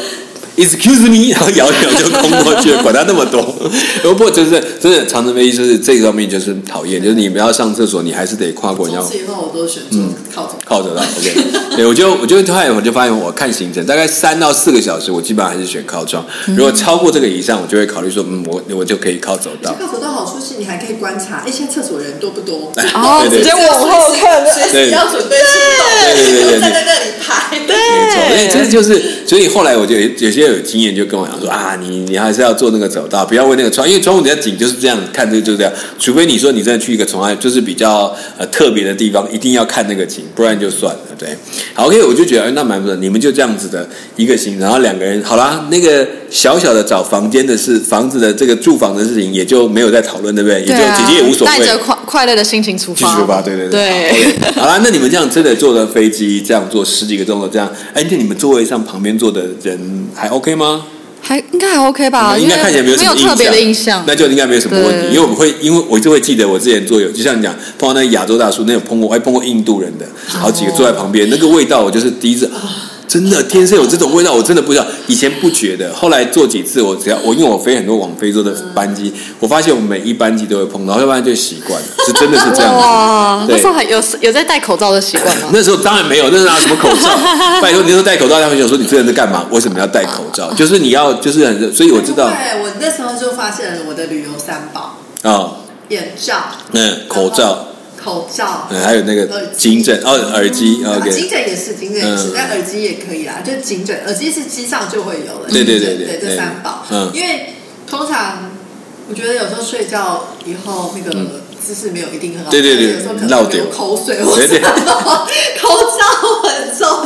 A: Excuse me，然后摇一摇就冲过去了，管他那么多。 *laughs* 不过就是真的，长城飞机就是这方面就是讨厌，就是你不要上厕所，你还是得跨过，你要嗯
B: 从此以后，我都选择靠左。
A: 靠着绕。OK，对我 *laughs* 就我就突然我就发现，我看行程大概三到四个小时，我基本上还是选靠窗。如果超过这个以上，我就会考虑说，嗯，我我就可以靠走
B: 这
A: 道。
B: 个活动好处是，你还可以观察，哎，现在厕所人多不多？
A: *laughs*
C: 哦
A: 对对
C: 直接往后看
B: 随时要准备出动，
A: 对对对对对
B: 就站在那里拍。对。
A: 没错，所以这就是，所以后来我就有有些有经验就跟我讲说啊，你你还是要做那个走道，不要为那个窗，因为窗户比较紧，就是这样看这个就是这样，除非你说你真的去一个从来就是比较呃特别的地方，一定要看那个景，不然就算了。对，好，OK，我就觉得哎，那蛮不错，你们就这样子的一个行程，然后两个人好啦，那个小小的找房间的事，房子的这个住房的事情也就没有再讨论，对不对？也就
C: 对啊，
A: 姐姐也无所
C: 带
A: 谓。
C: 着快快乐的心情出
A: 继
C: 发，
A: 续吧，对对
C: 对。
A: 对。好啦，那你们这样真的坐的飞机，这样坐十几个钟头，这样，哎，那你们座位上旁边坐的人还 OK 吗？
C: 还应该还 OK 吧？
A: 应该看起来
C: 因为
A: 有什
C: 没
A: 么
C: 有特别的印象
A: 那。就应该没有什么问题，
C: 对
A: 因为我们会，因为我就会记得我之前坐有，就像你讲碰到那个亚洲大叔，那有碰过，我哎还碰过印度人的，
C: 哦
A: 好几个坐在旁边，那个味道我就是第一次。啊真的，天生有这种味道，我真的不知道。以前不觉得，后来坐几次，我只要我因为我飞很多往非洲的班机，我发现我每一班机都会碰到，要不然就习惯了，是真的是这样子。
C: 哇，
A: 对
C: 那时候还有有在戴口罩的习惯吗？
A: 那时候当然没有，那时候拿什么口
B: *laughs*
A: 罩？拜托，你说戴口罩，他们就说你这人在干嘛？为什么要戴口
B: 哦
A: 罩？就是你要，就是很，所以我知道啊、
B: 哎对，我那时候就发现了我的旅游三宝：
A: 哦
B: 眼罩、
A: 嗯，口罩，、
B: 口罩。
A: 嗯，还有那个颈枕，哦，耳机
B: 啊颈
A: ，OK，
B: 枕也是，颈枕也
A: 嗯
B: 是，但耳机也可以啦。就颈枕，耳机是机上就会有了。
A: 对对对
B: 颈枕
A: 对
B: 对，
A: 对
B: 这三宝。
A: 嗯
B: 因为通常我觉得有时候睡觉以后那个姿势没有一定很好，
A: 嗯对对对
B: 有时候可
A: 落
B: 能
A: 掉
B: 流口水或
A: 对
B: 者
A: 对
B: 什么， *laughs* 口罩很重要。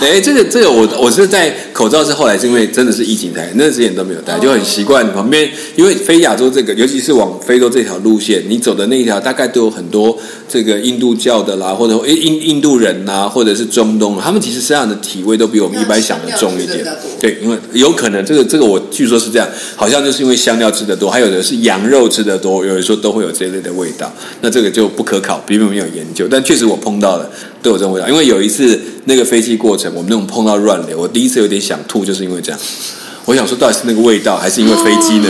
A: 哎，这个这个我我是在口罩是后来是因为真的是疫情才那之前都没有
B: 哦
A: 戴，就很习惯旁边，因为飞亚洲这个，尤其是往非洲这条路线，你走的那一条大概都有很多这个印度教的啦，或者诶印印度人呐、或者是中东，他们其实身上的体味都比我们一般想的重一点
B: 香料吃得比较多。
A: 对，因为有可能这个这个我据说是这样，好像就是因为香料吃的多，还有的是羊肉吃的多，有人说都会有这一类的味道。那这个就不可考，比我没有研究，但确实我碰到了都有这种味道。因为有一次那个飞机过程，我们那种碰到乱流，我第一次有点想吐，就是因为这样。我想说，到底是那个味道，还是因为飞机呢？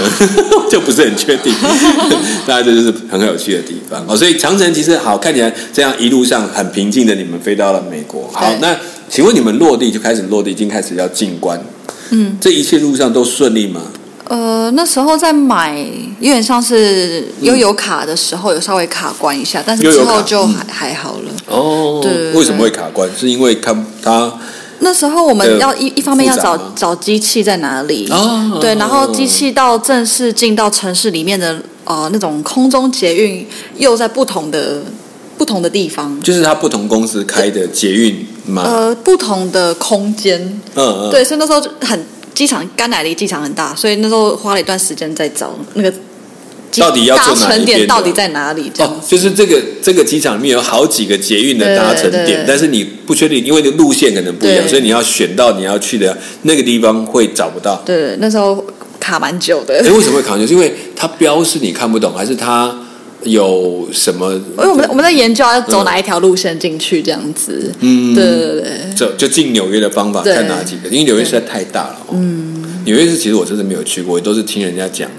A: 就不是很确定。大家这就是很有趣的地方哦。所以长城其实好看起来，这样一路上很平静的，你们飞到了美国。好
B: 对，
A: 那请问你们落地就开始落地，已经开始要进关。嗯，这一切路上都顺利吗？
C: 呃，那时候在买，有点像是悠游卡的时候有稍微卡关一下，但是
A: 悠
C: 之
A: 游卡
C: 后就还、还好了。
A: 哦
C: 对
A: 为什么会卡关？是因为看它
C: 那时候我
A: 对
C: 们要一一方面要
A: 复杂
C: 找
A: 吗
C: 找机器在哪里，
A: 哦
C: 对，然后机器到正式进到城市里面的呃那种空中捷运，又在不同的不同的地方，
A: 就是它不同公司开的捷运吗？
C: 呃，不同的空间，
A: 嗯嗯，
C: 呃对，所以那时候就很机场甘乃迪机场很大，所以那时候花了一段时间在找那个机
A: 到底要
C: 搭
A: 坐哪一
C: 乘
A: 边的
C: 点到底在哪里这样
A: 哦，就是这个这个机场里面有好几个捷运的搭乘
C: 对对
A: 点
C: 对，
A: 但是你不确定，因为你路线可能不一样，
C: 对
A: 所以你要选到你要去的那个地方会找不到。
C: 对，那时候卡蛮久的，
A: 哎，为什么会卡住？是因为它标示你看不懂，还是它有什么？
C: 因为我们我们在研究要走
A: 嗯
C: 哪一条路线进去这样子，嗯，对对对，
A: 就就进纽约的方法，
C: 对
A: 看哪几个？因为纽约实在太大了、哦。嗯，纽约是其实我真的没有去过，我都是听人家讲的。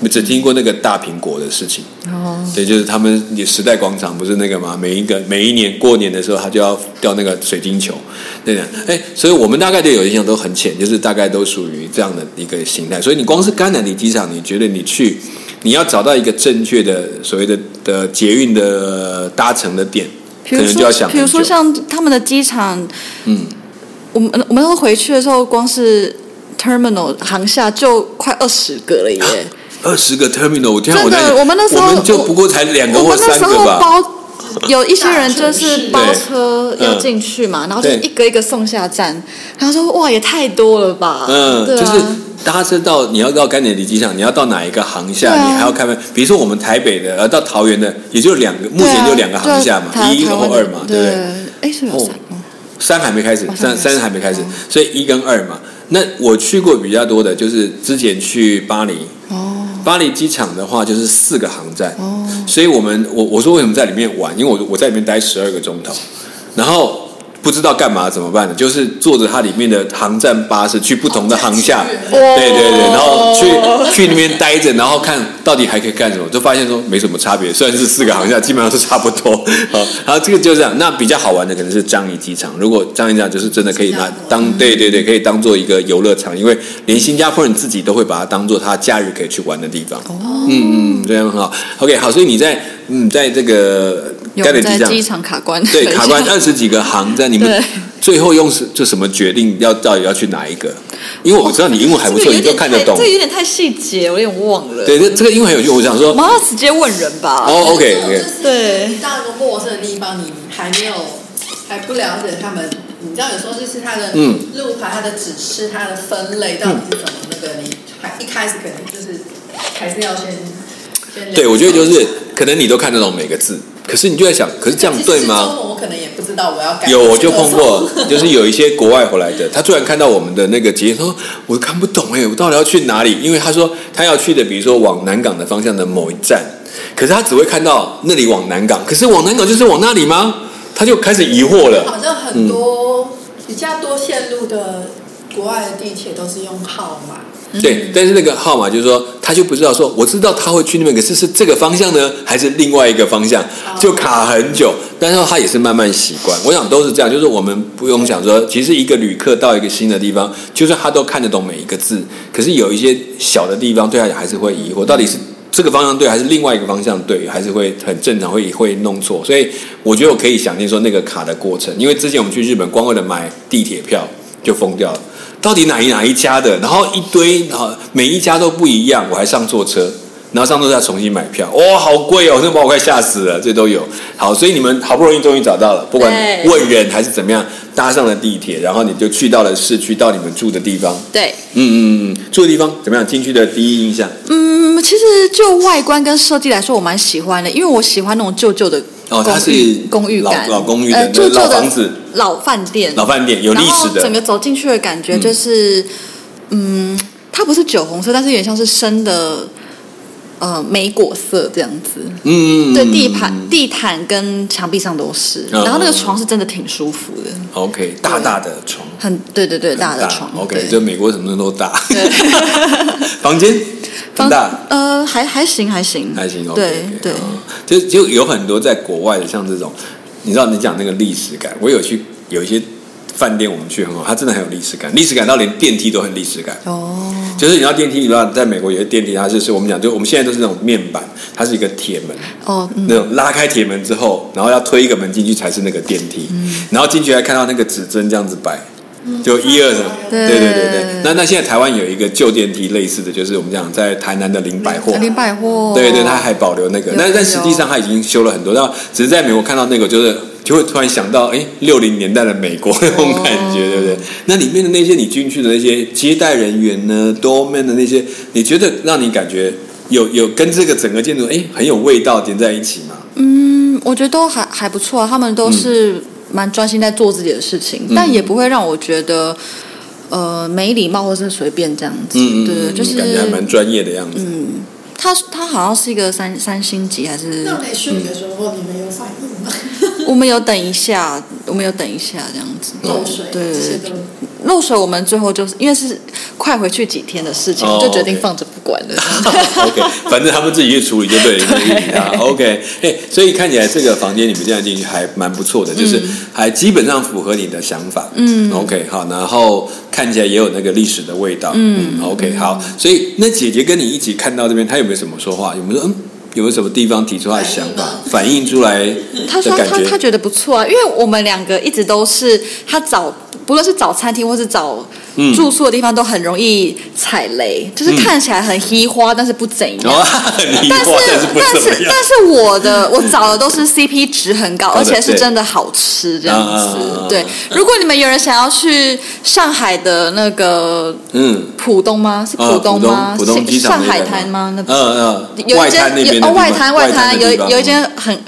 A: 我只听过那个大苹果的事情。
C: 哦，
A: 对，就是他们也时代广场不是那个吗？每一个每一年过年的时候，他就要掉那个水晶球，那样。哎，所以我们大概对有印象都很浅，就是大概都属于这样的一个形态。所以你光是甘乃迪机场，你觉得你去，你要找到一个正确的所谓的的捷运的搭乘的点，
C: 比
A: 可
C: 如
A: 能就要
C: 说
A: 想
C: 比如
A: 很久
C: 说。像他们的机场，
A: 嗯，
C: 我们我们那时候回去的时候，光是 terminal 航下就快二十个了耶，
A: 二十个 terminal，我天啊，
C: 真的
A: 在
C: 我们那时候
A: 我们就不过才两个
C: 我
A: 啊或
C: 们
A: 三
C: 那时
A: 个
C: 候
A: 吧。
C: 包有一些人就
B: 大城
C: 是
B: 市
C: 包车
A: 对
C: 要进去嘛，然后就
A: 对
C: 一个一个送下站，然后说哇也太多了吧，
A: 嗯，
C: 对
A: 就
C: 啊，
A: 是搭车到你要到甘乃迪机场，你要到哪一个航厦，
C: 对啊
A: 你还要开门。比如说我们台北的，呃，到桃园的，也就两个，目前就两个航厦嘛，
C: 对啊
A: 一
C: 台
A: 或
C: 湾
A: 二嘛，对
C: 对
A: 不对？？
C: 哎，是不是有三
A: 哦
C: 吗？
A: 三还没开始
C: 哦，
A: 三
C: 三
A: 三还
C: 还
A: 没
C: 没
A: 开
C: 开始
A: 始，所以一跟二嘛。那我去过比较多的，就是之前去巴黎，
C: 哦，
A: 巴黎机场的话就是四个航站，
C: 哦
A: 所以我们我我说为什么在里面玩，因为我我在里面待十二个钟头，然后不知道干嘛怎么办呢？就是坐着它里面的航站巴士去不同的航厦，
B: 哦
A: 对对对，然后去去那边待着，然后看到底还可以干什么，就发现说没什么差别，虽然是四个航厦，基本上是差不多。好，然后这个就这样。那比较好玩的可能是樟宜机场，如果樟宜机场就是真的可以拿
B: 新加坡
A: 当
C: 嗯
A: 对对对，可以当做一个游乐场，因为连新加坡人自己都会把它当做他假日可以去玩的地方。哦，嗯嗯，这样很好。OK，好，所以你在嗯在这个
C: 有
A: 甘
C: 人
A: 乃
C: 在
A: 机场
C: 机场卡关，
A: 对
C: 等一下
A: 卡
C: *laughs*
A: 关啊二十几个航站，你们
C: 对
A: 最后用是就什么决定要到底要去哪一个？因为我知道你英文还不
C: 哦这
A: 错，
C: 个
A: 你
C: 有
A: 就
C: 点
A: 看
C: 太
A: 得懂
C: 这。个有点太细节，我有点忘了。
A: 对，这这个英文很有趣，我想说
C: 我，们要直接问人吧。
A: 哦，OK
B: 这
A: OK，
B: 种就是
C: 对
B: 你到一个陌生的地方，你还没有还不了解他们，你知道有时候就是它的
A: 嗯
B: 路牌、它的指示、它的分类到底是怎么那个，你还一开始可能就是还是要先先了解
A: 对我觉得就是可能你都看得懂每个字，可是你就在想，可是这样对
B: 其实
A: 吗
B: 中？文我可能也不知道我要改。
A: 有，我就碰过，就是有一些国外回来的，他突然看到我们的那个节，他说我看不懂哎、我到底要去哪里？因为他说他要去的，比如说往南港的方向的某一站，可是他只会看到那里往南港，可是往南港就是往那里吗？他就开始疑惑了。
B: 好像
A: 嗯
B: 很多、比较多线路的国外的地铁都是用号码，
A: 对，但是那个号码就是说，他就不知道说，我知道他会去那边，可是是这个方向呢，还是另外一个方向，就卡很久。但是他也是慢慢习惯，我想都是这样，就是我们不用想说，其实一个旅客到一个新的地方，就算他都看得懂每一个字，可是有一些小的地方对他还是会疑惑，到底是。这个方向对还是另外一个方向对，还是会很正常，会会弄错。所以我觉得我可以想念说那个卡的过程，因为之前我们去日本，光为了买地铁票就疯掉了。到底哪一哪一家的？然后一堆，然后每一家都不一样，我还上错车。然后上错车要重新买票，哇、好贵哦！这把我快吓死了，这都有。好，所以你们好不容易终于找到了，不管
C: 对
A: 问人还是怎么样，搭上了地铁，然后你就去到了市区，到你们住的地方。
C: 对，
A: 嗯嗯嗯嗯，住的地方怎么样？进去的第一印象？
C: 嗯，其实就外观跟设计来说，我蛮喜欢的，因为我喜欢那种旧旧的
A: 哦它
C: 公寓
A: 是
C: 公寓
A: 老
C: 感，
A: 老公寓的
C: 呃，
A: 那
C: 旧旧
A: 老
C: 的
A: 房子、
C: 老饭店、
A: 老饭店有历
C: 然后
A: 史的
C: 整，个走进去的感觉就是，嗯它不是酒红色，但是有点像是深的，呃，莓果色这样子。
A: 嗯，嗯嗯
C: 对，地
A: 嗯
C: 毯、地毯跟墙壁上都是，
A: 嗯
C: 然后那个床是真的挺舒服的，
A: OK，大大的床，
C: 很对对对，大的床。
A: OK，
C: 对
A: 就美国什么东西都大。
C: 对
A: *laughs* 房间很
C: 房
A: 大，
C: 呃，还还行，还行，
A: 还行。哦
C: 对对，
A: 就就有很多在国外的，像这种，你知道你讲那个历史感，我有去有一些饭店，我们去很好，它真的很有历史感，历史感到连电梯都很历史感。
C: 哦，
A: 就是你要电梯，你知道，在美国有些电梯，它就是我们讲，就我们现在都是那种面板，它是一个铁门，
C: 哦，嗯，
A: 那种拉开铁门之后，然后要推一个门进去才是那个电梯，
C: 嗯
A: 然后进去还看到那个指针这样子摆，就一二什么，对
C: 对
A: 对对对。那那现在台湾有一个旧电梯类似的，就是我们讲在台南的林百货，
C: 林百货，
A: 对对，它还保留那个，
C: 哦有
A: 但但
C: 有
A: 实际上它已经修了很多，但只是在美国看到那个就是。就会突然想到，哎，六零年代的美国那种感
C: 哦
A: 觉，对不对？那里面的那些你进去的那些接待人员呢，doorman 的那些，你觉得让你感觉有有跟这个整个建筑哎很有味道点在一起吗？
C: 嗯，我觉得都还还不错啊，他们都是
A: 嗯
C: 蛮专心在做自己的事情，但也不会让我觉得呃没礼貌或是随便这样子，
A: 嗯，
C: 对对，
A: 嗯
C: 就是
A: 感觉还蛮专业的样子。
C: 他他好像是一个三三星级还是
B: 那没去
A: 嗯
B: 的时候，你们有反应吗？
C: 我们有等一下，我们有等一下这样
A: 哦
C: 子。
B: 漏水
C: 对
B: 这些都
C: 漏水我们最后就是因为是快回去几天的事情，
A: 哦
C: 就决定
A: OK
C: 放着不管了。
A: *laughs* OK，反正他们自己去处理就对了，你不用理他。OK，哎、所以看起来这个房间你们现在进去还蛮不错的，就是
C: 嗯
A: 还基本上符合你的想法。嗯，OK，好，然后看起来也有那个历史的味道。嗯，OK，好，所以那姐姐跟你一起看到这边，她有没有什么说话？有没有说嗯？有没有什么地方提出她的想法，反映出来的
C: 他哎说
A: 感
C: 他他
A: 觉？
C: 觉得不错啊，因为我们两个一直都是他找，不论是找餐厅或是找
A: 嗯
C: 住宿的地方都很容易踩雷，就是看起来很稀花，但是不怎
A: *laughs*
C: 样。
A: 然后很疑
C: 但是
A: 惑，哦但是不
C: 但
A: 怎么
C: 是
A: 样
C: 但。是我的我找的都是 CP 值很高，
A: 的
C: 而且是真的好吃这样子
A: 对啊。
C: 对，如果你们有人想要去上海的那个
A: 嗯，
C: 浦东吗？是
A: 啊
C: 浦东吗？
A: 浦东浦东
C: 是
A: 机场
C: 上
A: 那边
C: 海滩吗？那
A: 嗯嗯，
C: 有一
A: 外滩
C: 间
A: 那边
C: 有
A: 的
C: 哦
A: 地方
C: 外滩外
A: 的
C: 滩
A: 地
C: 有
A: 方
C: 有一间很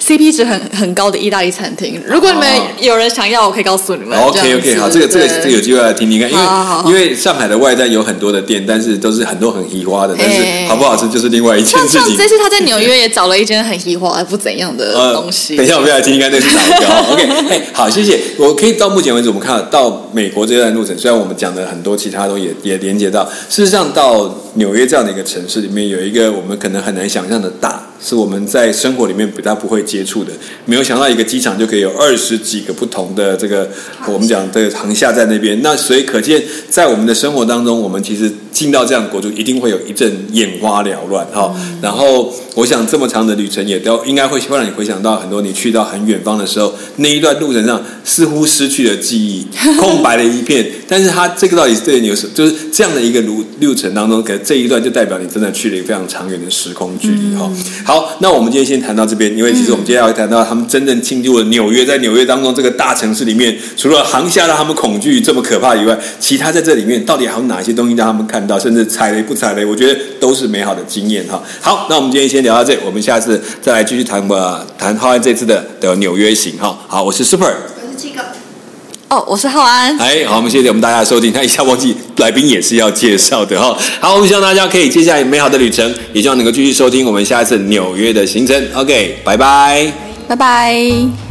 C: CP 值很很高的意大利餐厅，如果你们
A: 哦
C: 有人想要，我可以告诉你们。
A: OK
C: 样子
A: 哦 OK，好，这个这个
C: 对
A: 这个有机会来听听看，因为
C: 好好好
A: 因为上海的外站有很多的店，但是都是很多很移花的，但是
C: 哎
A: 好不好吃就是另外一件
C: 像
A: 事
C: 像
A: 情。
C: 这次他在纽约也找了一间很移花不怎样的东西。
A: 呃等一下，我们要来听听看这是哪一个
C: *laughs*
A: 哦 OK，哎，好，谢谢。我可以到目前为止，我们看到到美国这段路程，虽然我们讲的很多其他东西也也连接到，事实上到纽约这样的一个城市里面，有一个我们可能很难想象的大，是我们在生活里面比较不会接触的。没有想到一个机场就可以有二十几个不同的这个我们讲这个航厦在那边，那所以可见在我们的生活当中，我们其实进到这样的国度，一定会有一阵眼花缭乱哈、然后我想这么长的旅程也都应该会会让你回想到很多你去到很远方的时候，那一段路程上似乎失去了记忆，空白了一片。但是它这个到底对你有什就是这样的一个路路程当中，可能这一段就代表你真的去了一个非常长远的时空距离哈、好，那我们今天先谈到这边，因为其实我们接下来谈到他们真正进入了纽约，在纽约当中这个大城市里面，除了航厦让他们恐惧这么可怕以外，其他在这里面到底还有哪些东西让他们看到，甚至踩雷不踩雷，我觉得都是美好的经验哈。好，那我们今天先聊到这，我们下次再来继续谈吧，谈浩瀚这次的的纽约行哈。好，我是 Super，
B: 我是七个。
C: 哦，我是浩安。
A: 哎，好，我们谢谢我们大家的收听。他哎一下忘记来宾也是要介绍的哈。好，我们希望大家可以接下来美好的旅程，也希望能够继续收听我们下一次纽约的行程。OK，拜拜。
C: 拜拜。